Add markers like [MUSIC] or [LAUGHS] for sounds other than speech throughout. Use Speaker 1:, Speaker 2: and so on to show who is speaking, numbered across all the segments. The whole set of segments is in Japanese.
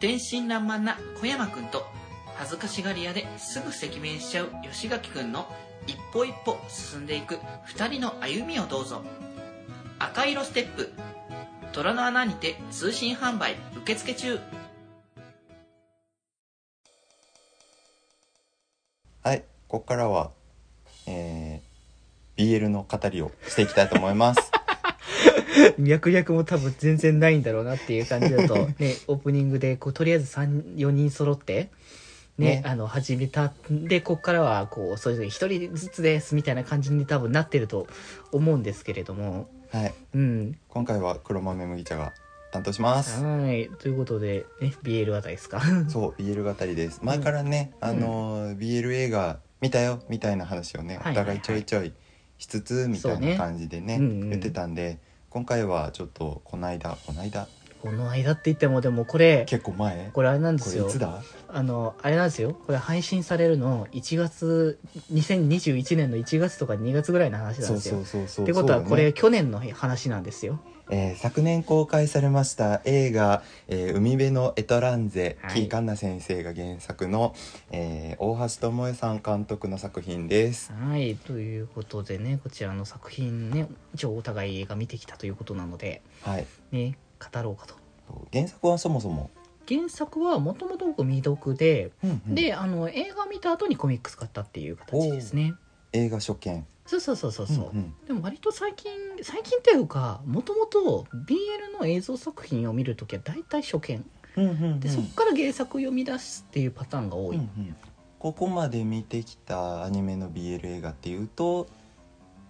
Speaker 1: 天真爛漫な小山くんと恥ずかしがり屋ですぐ赤面しちゃう吉垣くんの一歩一歩進んでいく2人の歩みをどうぞ赤色ステップ虎の穴にて通信販売受付中
Speaker 2: はい、ここからは、えー、BL の語りをしていきたいと思い
Speaker 3: [LAUGHS]
Speaker 2: ます。
Speaker 3: 脈略も多分全然ないんだろうなっていう感
Speaker 2: [LAUGHS]
Speaker 3: じだと、ね、オープニングで、こう、とりあえず3、4人揃って、ね
Speaker 2: ね、
Speaker 3: あの、始めた。で、こっからは、こう、それぞれ一人ずつです、みたいな感じに多分なってると思うんですけれども。
Speaker 2: はい、
Speaker 3: うん。
Speaker 2: 今回は黒豆麦茶が担当します。
Speaker 3: はい。ということで、ね、BL あたりですか。 [LAUGHS]
Speaker 2: そう、BL 語りです。前からね、あのー、BL 映画見たよみたいな話をね、
Speaker 3: はい
Speaker 2: お互いちょいちょいしつつみた
Speaker 3: そう
Speaker 2: い
Speaker 3: ね
Speaker 2: な感じでね、
Speaker 3: うんうん
Speaker 2: 言ってたんで、今回はちょっとこの間、この間、
Speaker 3: この間って言っても、でもこれ、
Speaker 2: 結構前。こ
Speaker 3: これあれなんで
Speaker 2: れ
Speaker 3: す
Speaker 2: い
Speaker 3: よ
Speaker 2: つ。だ？
Speaker 3: あの、あれなんですよ。これ配信されるの、1月、2021年の1月とか2月ぐらいの話なん
Speaker 2: そう
Speaker 3: ですよ
Speaker 2: そ。うそうそう。
Speaker 3: ってこと
Speaker 2: そ
Speaker 3: は
Speaker 2: うだね
Speaker 3: これ、去年の話なんですよ。
Speaker 2: えー昨年公開されました映画「えー海辺のエトランゼ」
Speaker 3: はい
Speaker 2: キーカンナ先生が原作の、えー大橋智恵さん監督の作品です。
Speaker 3: はい、ということでね、こちらの作品ね、一応お互い映画見てきたということなので、
Speaker 2: はい、
Speaker 3: ね、語ろうかと。
Speaker 2: 原作はそもそも、
Speaker 3: 原作はもともと僕未読で、
Speaker 2: うんうん
Speaker 3: で、あの、映画見た後にコミックス買ったっていう形ですね。
Speaker 2: 映画初見
Speaker 3: そうそうそうそう。う
Speaker 2: うんうん
Speaker 3: でも割と最近、最近というか、もともと BL の映像作品を見るときは大体初見。
Speaker 2: うんうんうん
Speaker 3: で、そっから原作を読み出すっていうパターンが多い。
Speaker 2: うんうんここまで見てきたアニメの BL 映画っていうと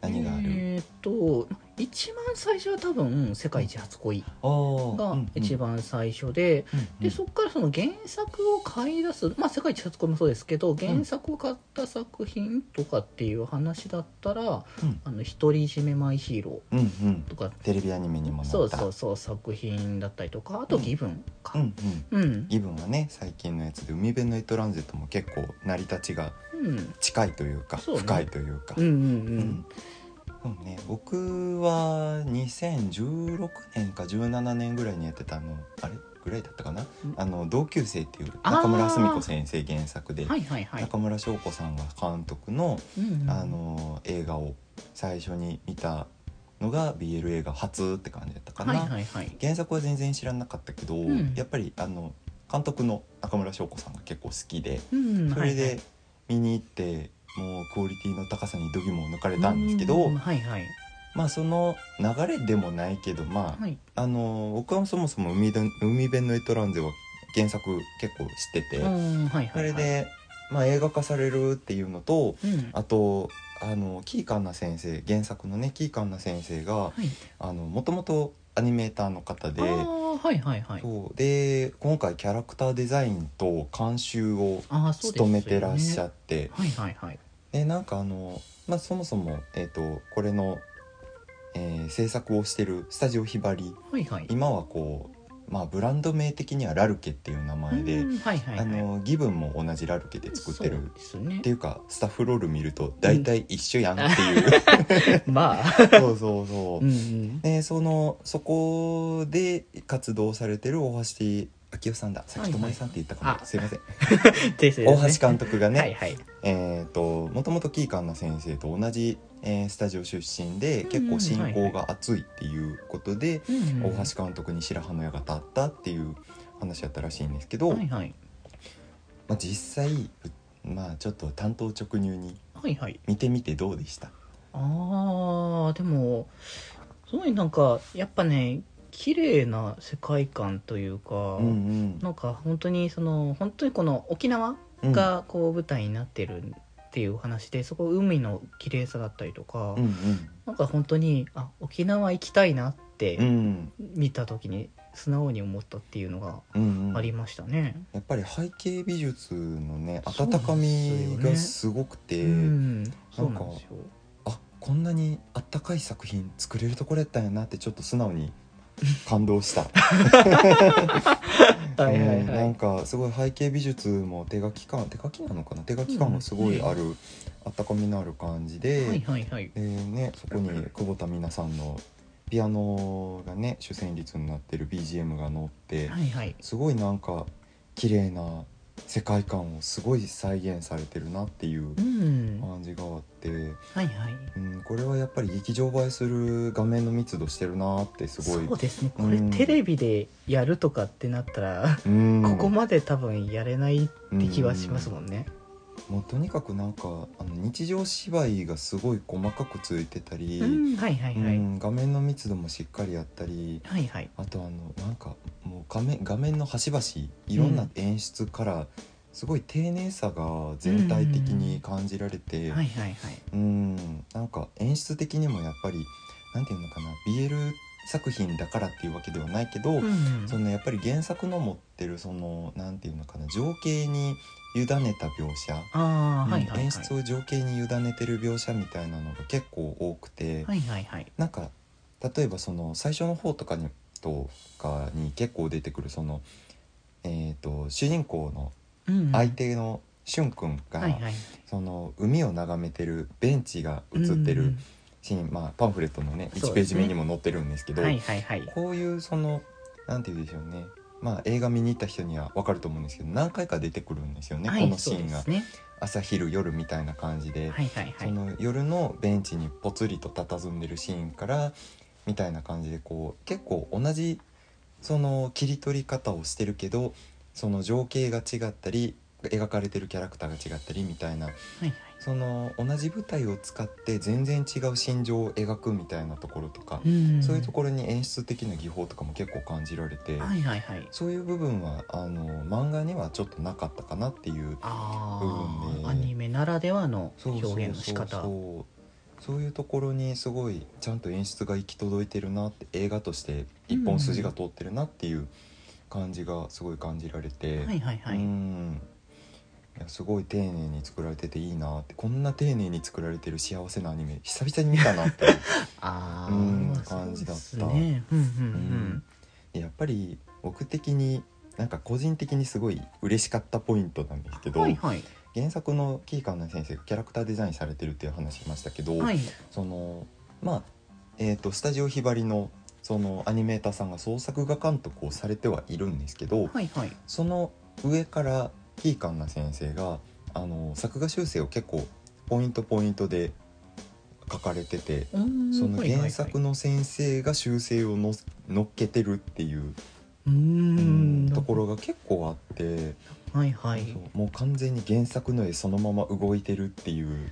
Speaker 2: 何がある、
Speaker 3: えーっと一番最初は多分「世界一初恋」
Speaker 2: あー
Speaker 3: が
Speaker 2: うんうん
Speaker 3: 一番最初で,、
Speaker 2: うんうん
Speaker 3: でそこからその原作を買い出す、まあ、世界一初恋もそうですけど原作を買った作品とかっていう話だったら「
Speaker 2: うん
Speaker 3: あの独り占めマイヒーロ
Speaker 2: うんうん
Speaker 3: ー」とか
Speaker 2: テレビアニメにもなった
Speaker 3: そうそうそう作品だったりとかあと「義文」か。
Speaker 2: うんうん
Speaker 3: うん
Speaker 2: ギブンはね最近のやつで海辺のエトランゼとも結構成り立ちが
Speaker 3: うん
Speaker 2: 近いというか
Speaker 3: そうね
Speaker 2: 深いというか、
Speaker 3: うんうん
Speaker 2: う
Speaker 3: うんん
Speaker 2: そうね僕は2016年か17年ぐらいにやってたのあれぐらいだったかな、あの同級生っていう
Speaker 3: あー
Speaker 2: 中村澄子先生原作で、
Speaker 3: はいはいはい。
Speaker 2: 中村祥子さんが監督の、
Speaker 3: うんうん
Speaker 2: あの映画を最初に見たのが BL 映画初って感じだったかな。
Speaker 3: はいはいはい。
Speaker 2: 原作は全然知らなかったけど、
Speaker 3: ん
Speaker 2: やっぱりあの監督の中村祥子さんが結構好きで
Speaker 3: うん
Speaker 2: そ
Speaker 3: はい
Speaker 2: れ
Speaker 3: はい
Speaker 2: で見に行ってもうクオリティの高さに度肝を抜かれたんですけど
Speaker 3: うんはいはい
Speaker 2: まあその流れでもないけどまあ,、
Speaker 3: はい。
Speaker 2: あの僕はそもそも海辺「海辺のエトランゼ」は原作結構知ってて、
Speaker 3: うんはいはいはい。
Speaker 2: それで、まあ、映画化されるっていうのと
Speaker 3: うん、
Speaker 2: あとあのキーカンナ先生原作のねキーカンナ先生が
Speaker 3: はい、
Speaker 2: もともとアニメーターの方で。
Speaker 3: あーはいはいはい
Speaker 2: そうで今回キャラクターデザインと監修を
Speaker 3: あーそうですよ
Speaker 2: 務
Speaker 3: ね
Speaker 2: めてらっしゃって
Speaker 3: はいはいはい
Speaker 2: で,、なんかあの、まあ、そもそも、えー、とこれの、えー制作をしてるスタジオひばり
Speaker 3: はいはい
Speaker 2: 今はこう、まあ、ブランド名的にはラルケっていう名前で、
Speaker 3: うんはいはいはい
Speaker 2: あのギブンも同じラルケで作って
Speaker 3: そう
Speaker 2: る。
Speaker 3: ですね
Speaker 2: っていうかスタッフロール見ると大体一緒やんっていう、
Speaker 3: [LAUGHS] まあ
Speaker 2: そうそうそう
Speaker 3: う、んうん
Speaker 2: でそのそこで活動されてる大橋昭夫さんださっきともえさんって言ったかも、
Speaker 3: はいはいあ
Speaker 2: すいません
Speaker 3: 訂正ですね
Speaker 2: 大橋監督がね、
Speaker 3: はいはい
Speaker 2: えっ、ともともとキーカンナ先生と同じ、えースタジオ出身で
Speaker 3: うん
Speaker 2: 結構親交が厚いっていうことで、
Speaker 3: うんうん
Speaker 2: 大橋監督に白羽の矢が立ったっていう話やったらしいんですけど、
Speaker 3: はいはい
Speaker 2: まあ、実際うまあちょっと単刀直入に
Speaker 3: はいはい
Speaker 2: 見てみてどうでした
Speaker 3: あーでもすごいなんかやっぱね綺麗な世界観というか、
Speaker 2: うんうん
Speaker 3: なんか本当にその本当にこの沖縄
Speaker 2: うん
Speaker 3: がこう舞台になってるっていう話で、そこ海の綺麗さだったりとか、
Speaker 2: うん
Speaker 3: なんか本当にあ沖縄行きたいなっ
Speaker 2: うんう
Speaker 3: て
Speaker 2: ん
Speaker 3: 見た時に素直に思ったっていうのが
Speaker 2: うんう
Speaker 3: あ
Speaker 2: ん
Speaker 3: りましたね。
Speaker 2: やっぱり背景美術のね
Speaker 3: そう
Speaker 2: 温
Speaker 3: なんですよね
Speaker 2: かみがすごくて、
Speaker 3: うん、そうなんですよ。
Speaker 2: あこんなにあったかい作品作れるところやったんやなってちょっと素直に感動した、
Speaker 3: [LAUGHS] はいはい
Speaker 2: うん
Speaker 3: は
Speaker 2: なん
Speaker 3: い。
Speaker 2: かすごい背景美術も手書き感手書きなのかな手書き感がすごいある、あったかみのある感じで,、
Speaker 3: はいはいはい。
Speaker 2: でね、そこに久保田美奈さんのピアノがね主旋律になってる BGM が乗って、
Speaker 3: はいはい
Speaker 2: すごいなんか綺麗な世界観をすごい再現されてるなっていう
Speaker 3: うん
Speaker 2: 感じがあって、
Speaker 3: はいはい
Speaker 2: うん、これはやっぱり劇場映えする画面の密度してるなってすごい
Speaker 3: そうですねこれ
Speaker 2: うん
Speaker 3: テレビでやるとかってなったら、
Speaker 2: うん
Speaker 3: ここまで多分やれないって気はしますもんね、
Speaker 2: もうとにかくなんかあの日常芝居がすごい細かくついてたり、
Speaker 3: うん、はいはいはい、
Speaker 2: うん画面の密度もしっかりあったり
Speaker 3: はいはい
Speaker 2: あとあのなんかもう画面画面の端々いろんな演出からすごい丁寧さが全体的に感じられて、
Speaker 3: はいはいはい
Speaker 2: うんなんか演出的にもやっぱりなんていうのかな BL 作品だからっていうわけではないけど、
Speaker 3: うん
Speaker 2: そのやっぱり原作の持ってるそのなんていうのかな情景に委ねた描写、
Speaker 3: ああはい
Speaker 2: うん
Speaker 3: はいはい
Speaker 2: 演出を情景に委ねてる描写みたいなのが結構多くて、
Speaker 3: はいはいはい
Speaker 2: なんか例えばその最初の方とかにとかに結構出てくるその、えー、と主人公の
Speaker 3: うん
Speaker 2: 相手のしゅんくんが、
Speaker 3: はいはい
Speaker 2: その海を眺めてるベンチが映って
Speaker 3: う
Speaker 2: る
Speaker 3: ん
Speaker 2: シーン、まあ、パンフレットのね
Speaker 3: そう
Speaker 2: 1ペ
Speaker 3: で
Speaker 2: ー
Speaker 3: す
Speaker 2: ジ
Speaker 3: ね
Speaker 2: 目にも載ってるんですけど
Speaker 3: はいはいはい
Speaker 2: こういうそのなんて言うでしょうねまあ映画見に行った人には分かると思うんですけど何回か出てくるんですよね、
Speaker 3: は
Speaker 2: こ
Speaker 3: い
Speaker 2: のシーンが
Speaker 3: そうですね
Speaker 2: 朝昼夜みたいな感じで、
Speaker 3: はいはいは
Speaker 2: そ
Speaker 3: い
Speaker 2: の夜のベンチにぽつりと佇んでるシーンからみたいな感じでこう結構同じその切り取り方をしてるけどその情景が違ったり描かれてるキャラクターが違ったりみたいな
Speaker 3: はいはい
Speaker 2: その同じ舞台を使って全然違う心情を描くみたいなところとか、
Speaker 3: ん
Speaker 2: そういうところに演出的な技法とかも結構感じられて、
Speaker 3: はいはいはい
Speaker 2: そういう部分はあの漫画にはちょっとなかったかなっていう
Speaker 3: ああ、
Speaker 2: うんね
Speaker 3: アニメならではの
Speaker 2: そうそうそうそう
Speaker 3: 表現の仕方
Speaker 2: そういうところにすごいちゃんと演出が行き届いてるなって映画として一本筋が通ってるなっていう感じがすごい感じられて、
Speaker 3: はいはいは
Speaker 2: う
Speaker 3: い、
Speaker 2: んいやすごい丁寧に作られてていいなってこんな丁寧に作られてる幸せなアニメ久々に見たなって
Speaker 3: あ
Speaker 2: うん
Speaker 3: あ
Speaker 2: 感じだった
Speaker 3: そうですね [LAUGHS] うんうん
Speaker 2: でやっぱり僕的になんか個人的にすごい嬉しかったポイントなんですけ
Speaker 3: うん
Speaker 2: ど、
Speaker 3: はいはい
Speaker 2: 原作のキーカンナ先生がキャラクターデザインされてるっていう話しましたけど、
Speaker 3: はい
Speaker 2: そのまあ、えー、とスタジオひばりのそのアニメーターさんが創作画監督をされてはいるんですけど
Speaker 3: はいはい
Speaker 2: その上からキーカンナ先生があの作画修正を結構ポイントポイントで書かれてて
Speaker 3: うーん
Speaker 2: その
Speaker 3: はいはいは
Speaker 2: 原
Speaker 3: い
Speaker 2: 作の先生が修正をの乗っけてるっていう
Speaker 3: うーん
Speaker 2: ところが結構あって、
Speaker 3: はいはいい
Speaker 2: そうもう完全に原作の絵そのまま動いてるっていう。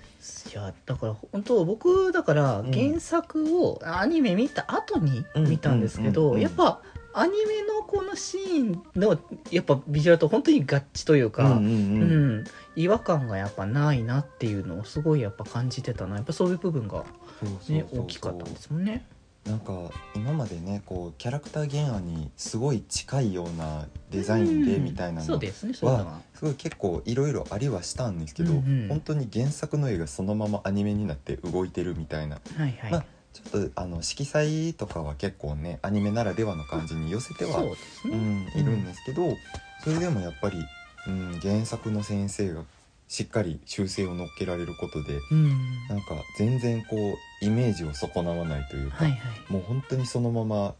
Speaker 3: やだから本当僕だから
Speaker 2: うん
Speaker 3: 原作をアニメ見た後に見たんですけ
Speaker 2: うんうん
Speaker 3: ど
Speaker 2: うん
Speaker 3: やっぱアニメのこのシーンのやっぱビジュアルと本当に合致というか、
Speaker 2: うんうん
Speaker 3: う
Speaker 2: うん
Speaker 3: ん、違和感がやっぱないなっていうのをすごいやっぱ感じてたなやっぱそういう部分が、
Speaker 2: そうそう
Speaker 3: ね、
Speaker 2: そうそう
Speaker 3: 大きかったんですもんね。
Speaker 2: なんか今までねこうキャラクター原案にすごい近いようなデザインで
Speaker 3: うん
Speaker 2: みたいな
Speaker 3: そ
Speaker 2: の
Speaker 3: う
Speaker 2: す
Speaker 3: ですねそういうのは
Speaker 2: ごい結構いろいろありはしたんですけど、
Speaker 3: うんうん
Speaker 2: 本当に原作の絵がそのままアニメになって動いてるみたいな
Speaker 3: はいはい、
Speaker 2: まあちょっとあの色彩とかは結構ねアニメならではの感じに寄せては
Speaker 3: そうです
Speaker 2: う、
Speaker 3: ね、
Speaker 2: ん、いるんですけど、それでもやっぱり、うん、原作の先生がしっかり修正を乗っけられることで
Speaker 3: うん
Speaker 2: なんか全然こうイメージを損なわないというか。
Speaker 3: はいはい
Speaker 2: もう本当にそのまま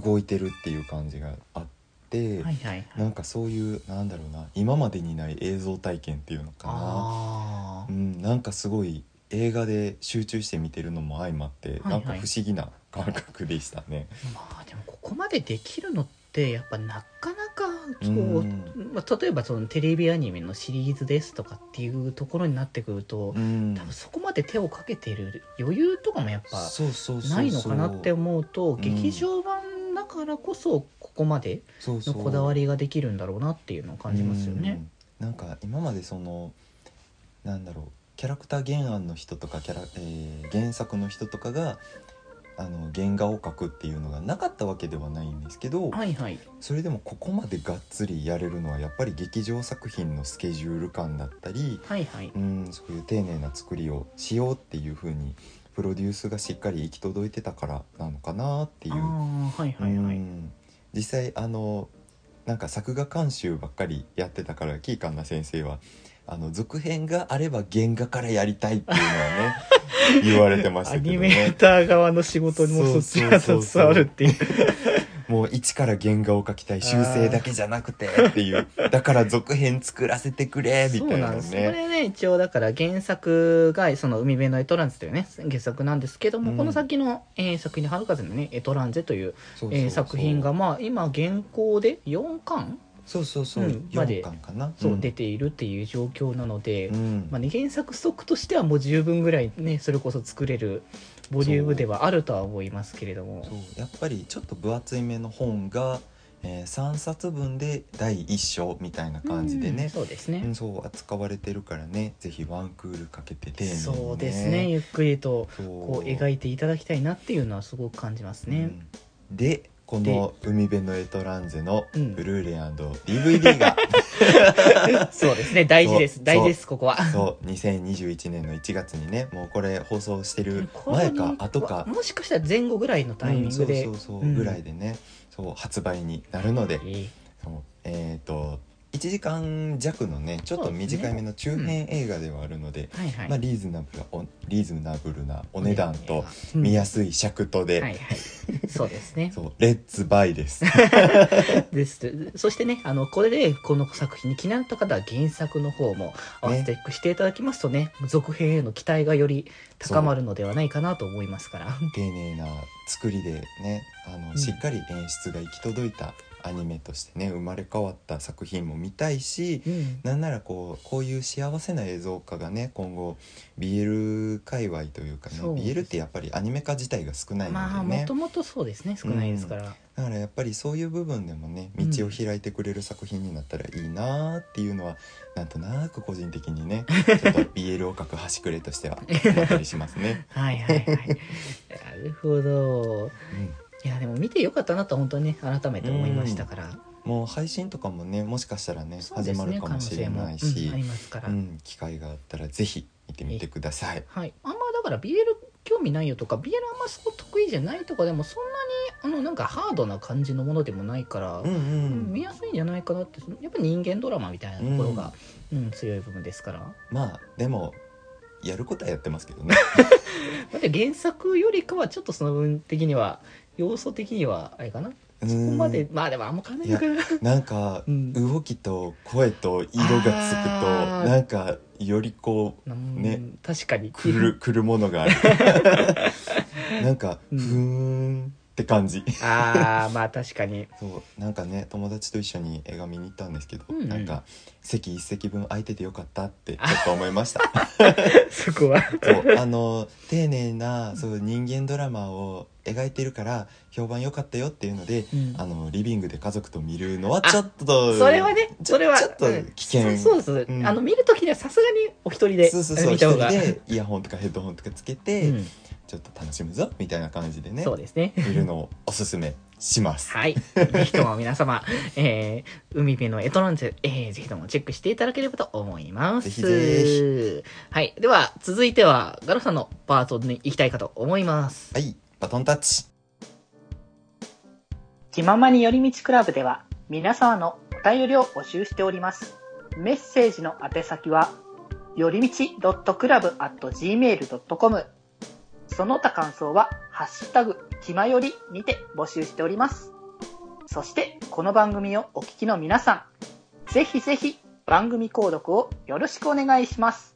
Speaker 2: 動いてるっていう感じがあって、
Speaker 3: はいはいは
Speaker 2: ないんかそういうなんだろうな今までにない映像体験っていうのかな、
Speaker 3: あ
Speaker 2: う
Speaker 3: ー
Speaker 2: ん、なんかすごい映画で集中して見てるのも相まって、
Speaker 3: はい
Speaker 2: なんか不思議な感覚でしたね。
Speaker 3: まあでもここまでできるのってやっぱなかなかこう、
Speaker 2: うん
Speaker 3: まあ、例えばそのテレビアニメのシリーズですとかっていうところになってくると、
Speaker 2: うん
Speaker 3: 多分そこまで手をかけている余裕とかもやっぱ
Speaker 2: そうそうそうそう
Speaker 3: ないのかなって思うと
Speaker 2: ん
Speaker 3: 劇場版だからこそここまで
Speaker 2: そうそ
Speaker 3: の
Speaker 2: う
Speaker 3: こだわりができるんだろうなっていうのを感じますよね。
Speaker 2: うん。なんか今までそのなんだろうキャラクター原案の人とかキャラ、えー原作の人とかがあの原画を描くっていうのがなかったわけではないんですけど、
Speaker 3: はいはい
Speaker 2: それでもここまでがっつりやれるのはやっぱり劇場作品のスケジュール感だったり、
Speaker 3: はいはい
Speaker 2: うん、そういう丁寧な作りをしようっていう風にプロデュースがしっかり行き届いてたからなのかなってい
Speaker 3: あ
Speaker 2: う
Speaker 3: あはいはいは
Speaker 2: う
Speaker 3: い
Speaker 2: ん実際あのなんか作画監修ばっかりやってたからキーカンナ先生はあの続編があれば原画からやりたいっていうのはね
Speaker 3: [LAUGHS]
Speaker 2: 言われてまし
Speaker 3: ア
Speaker 2: たけ
Speaker 3: ニ
Speaker 2: ど
Speaker 3: メー
Speaker 2: ね
Speaker 3: ター側の仕事にもそっちが
Speaker 2: そうそうそう
Speaker 3: 携
Speaker 2: そう
Speaker 3: わるっていう
Speaker 2: もう一から原画を描きたい修正だけじゃなくてっていうだから続編作らせてくれみた
Speaker 3: そう
Speaker 2: い
Speaker 3: な
Speaker 2: なんの
Speaker 3: ですこ
Speaker 2: ね
Speaker 3: れね一応だから原作がその「海辺のエトランゼ」というね原作なんですけども、
Speaker 2: うん
Speaker 3: この先の、えー作品で「春風のねエトランゼ」という
Speaker 2: そうそうそう
Speaker 3: えー作品がまあ今現行で4巻、
Speaker 2: そうそうそう、
Speaker 3: うんまで
Speaker 2: 4巻かな
Speaker 3: そう出
Speaker 2: で
Speaker 3: ているっていう状況なので、
Speaker 2: うん
Speaker 3: まあね、原作ストックとしてはもう十分ぐらいねそれこそ作れるボリュームではあるとは思いますけれども
Speaker 2: そうやっぱりちょっと分厚い目の本が、え3冊分で第一章みたいな感じで
Speaker 3: うん
Speaker 2: ね、
Speaker 3: そうです
Speaker 2: う
Speaker 3: ね
Speaker 2: ん、、そう扱われてるからねぜひワンクールかけて丁寧に、ね、
Speaker 3: そうですねゆっくりと
Speaker 2: そう
Speaker 3: こう描いていただきたいなっていうのはすごく感じますね、
Speaker 2: うんでこの「海辺のエトランゼ」の
Speaker 3: うん
Speaker 2: ブルーレイ &DVD が、
Speaker 3: [LAUGHS] そうですね大事で
Speaker 2: そ
Speaker 3: す
Speaker 2: う
Speaker 3: 大事ですここは
Speaker 2: そう2021年の1月にねもうこれ放送してる
Speaker 3: こ
Speaker 2: 前
Speaker 3: れに
Speaker 2: か後か
Speaker 3: もしかしたら前後ぐらいのタイミングで、
Speaker 2: うんそうそうそう、
Speaker 3: うん
Speaker 2: ぐらいでねそう発売になるので
Speaker 3: いい
Speaker 2: そうえっ、と1時間弱のねちょっと短いめの中編映画ではあるので
Speaker 3: はいはい、
Speaker 2: まあ、リーズナブルおリーズナブルなお値段と
Speaker 3: うん
Speaker 2: 見やすい尺度で、
Speaker 3: はいはいそうですね
Speaker 2: そうレッツバイです。
Speaker 3: ですそしてねあのこれでこの作品に気になった方は原作の方も合わせていくしていただきますとね続編への期待がより高まるのではないかなと思いますから
Speaker 2: 丁寧な作りでねあの、
Speaker 3: うん
Speaker 2: しっかり演出が行き届いたアニメとしてね生まれ変わった作品も見たいし
Speaker 3: うん
Speaker 2: なんならこうこういう幸せな映像化がね今後 BL 界隈というかね
Speaker 3: そうです
Speaker 2: BL ってやっぱりアニメ化自体が少ない
Speaker 3: まあ
Speaker 2: ので
Speaker 3: も
Speaker 2: ね
Speaker 3: ともとそうですね少ないですから、
Speaker 2: だからやっぱりそういう部分でもね道を開いてくれる作品になったらいいなーっていうのは、なんとなく個人的に
Speaker 3: [LAUGHS]
Speaker 2: ねちょっと BL を書く端くれとしては思ったりします
Speaker 3: [LAUGHS]
Speaker 2: ね。
Speaker 3: はいはいはいなるほど
Speaker 2: うん
Speaker 3: いやでも見てよかったなと本当にね改めて思いましたから、
Speaker 2: もう配信とかもねもしかしたらね
Speaker 3: そうで
Speaker 2: 始
Speaker 3: す
Speaker 2: ま
Speaker 3: ね
Speaker 2: るかもしれない
Speaker 3: 可能性
Speaker 2: し
Speaker 3: もうんありますから、
Speaker 2: うん機会があったらぜひ見てみてください。
Speaker 3: はい、あんまだから BL 興味ないよとか BL あんまそこ得意じゃないとかでもそんなにあのなんかハードな感じのものでもないから、
Speaker 2: うんう
Speaker 3: うん見
Speaker 2: ん、
Speaker 3: やすいんじゃないかなってそのやっぱ人間ドラマみたいなところが、うん強い部分ですから
Speaker 2: まあでもやることはやってますけど
Speaker 3: [LAUGHS]
Speaker 2: ね。
Speaker 3: だって原作よりかはちょっとその分的には要素的にはあれかなこ
Speaker 2: そ
Speaker 3: こまでまあでもあんま変わんないのかな
Speaker 2: なんか、
Speaker 3: うん
Speaker 2: 動きと声と色がつくと
Speaker 3: あー
Speaker 2: なんかよりこう
Speaker 3: うん
Speaker 2: ね
Speaker 3: 確かに
Speaker 2: く
Speaker 3: [LAUGHS]
Speaker 2: るくるものがあるなんか、
Speaker 3: うん
Speaker 2: ふーんって感じ
Speaker 3: ああまあ確かに
Speaker 2: そうなんかね友達と一緒に映画見に行ったんですけど、
Speaker 3: うんうん
Speaker 2: なんか席一席分空いててよかったってちょっと思いました
Speaker 3: そこは
Speaker 2: そうあの丁寧なそう人間ドラマを描いてるから評判良かったよっていうので、
Speaker 3: うん
Speaker 2: あのリビングで家族と見るのはちょっと
Speaker 3: それはね
Speaker 2: ちょ
Speaker 3: それは
Speaker 2: ちょっと危険、
Speaker 3: うんそうそうそう
Speaker 2: うん
Speaker 3: あの見るときにはさすがにお一人で
Speaker 2: そうそうそう
Speaker 3: 見
Speaker 2: 一
Speaker 3: た
Speaker 2: 人
Speaker 3: 方が
Speaker 2: でイヤホンとかヘッドホンとかつけて、
Speaker 3: うん
Speaker 2: ちょっと楽しむぞみたいな感じでね
Speaker 3: そうですね
Speaker 2: 見るのをおすすめします。
Speaker 3: はい。ぜひとも皆様、 [LAUGHS] えー、海辺のエトランゼ、えー、ぜひともチェックしていただければと思います。
Speaker 2: ぜひぜ
Speaker 3: はい。では、続いては、ガロさんのパートに行きたいかと思います。
Speaker 2: はい、バトンタッチ。
Speaker 3: 気ままに寄り道クラブでは、皆様のお便りを募集しております。メッセージの宛先は、よりみち .club.gmail.com その他感想は、ハッシュタグ、きまよりにて募集しております。そして、この番組をお聞きの皆さん、ぜひぜひ番組購読をよろしくお願いします。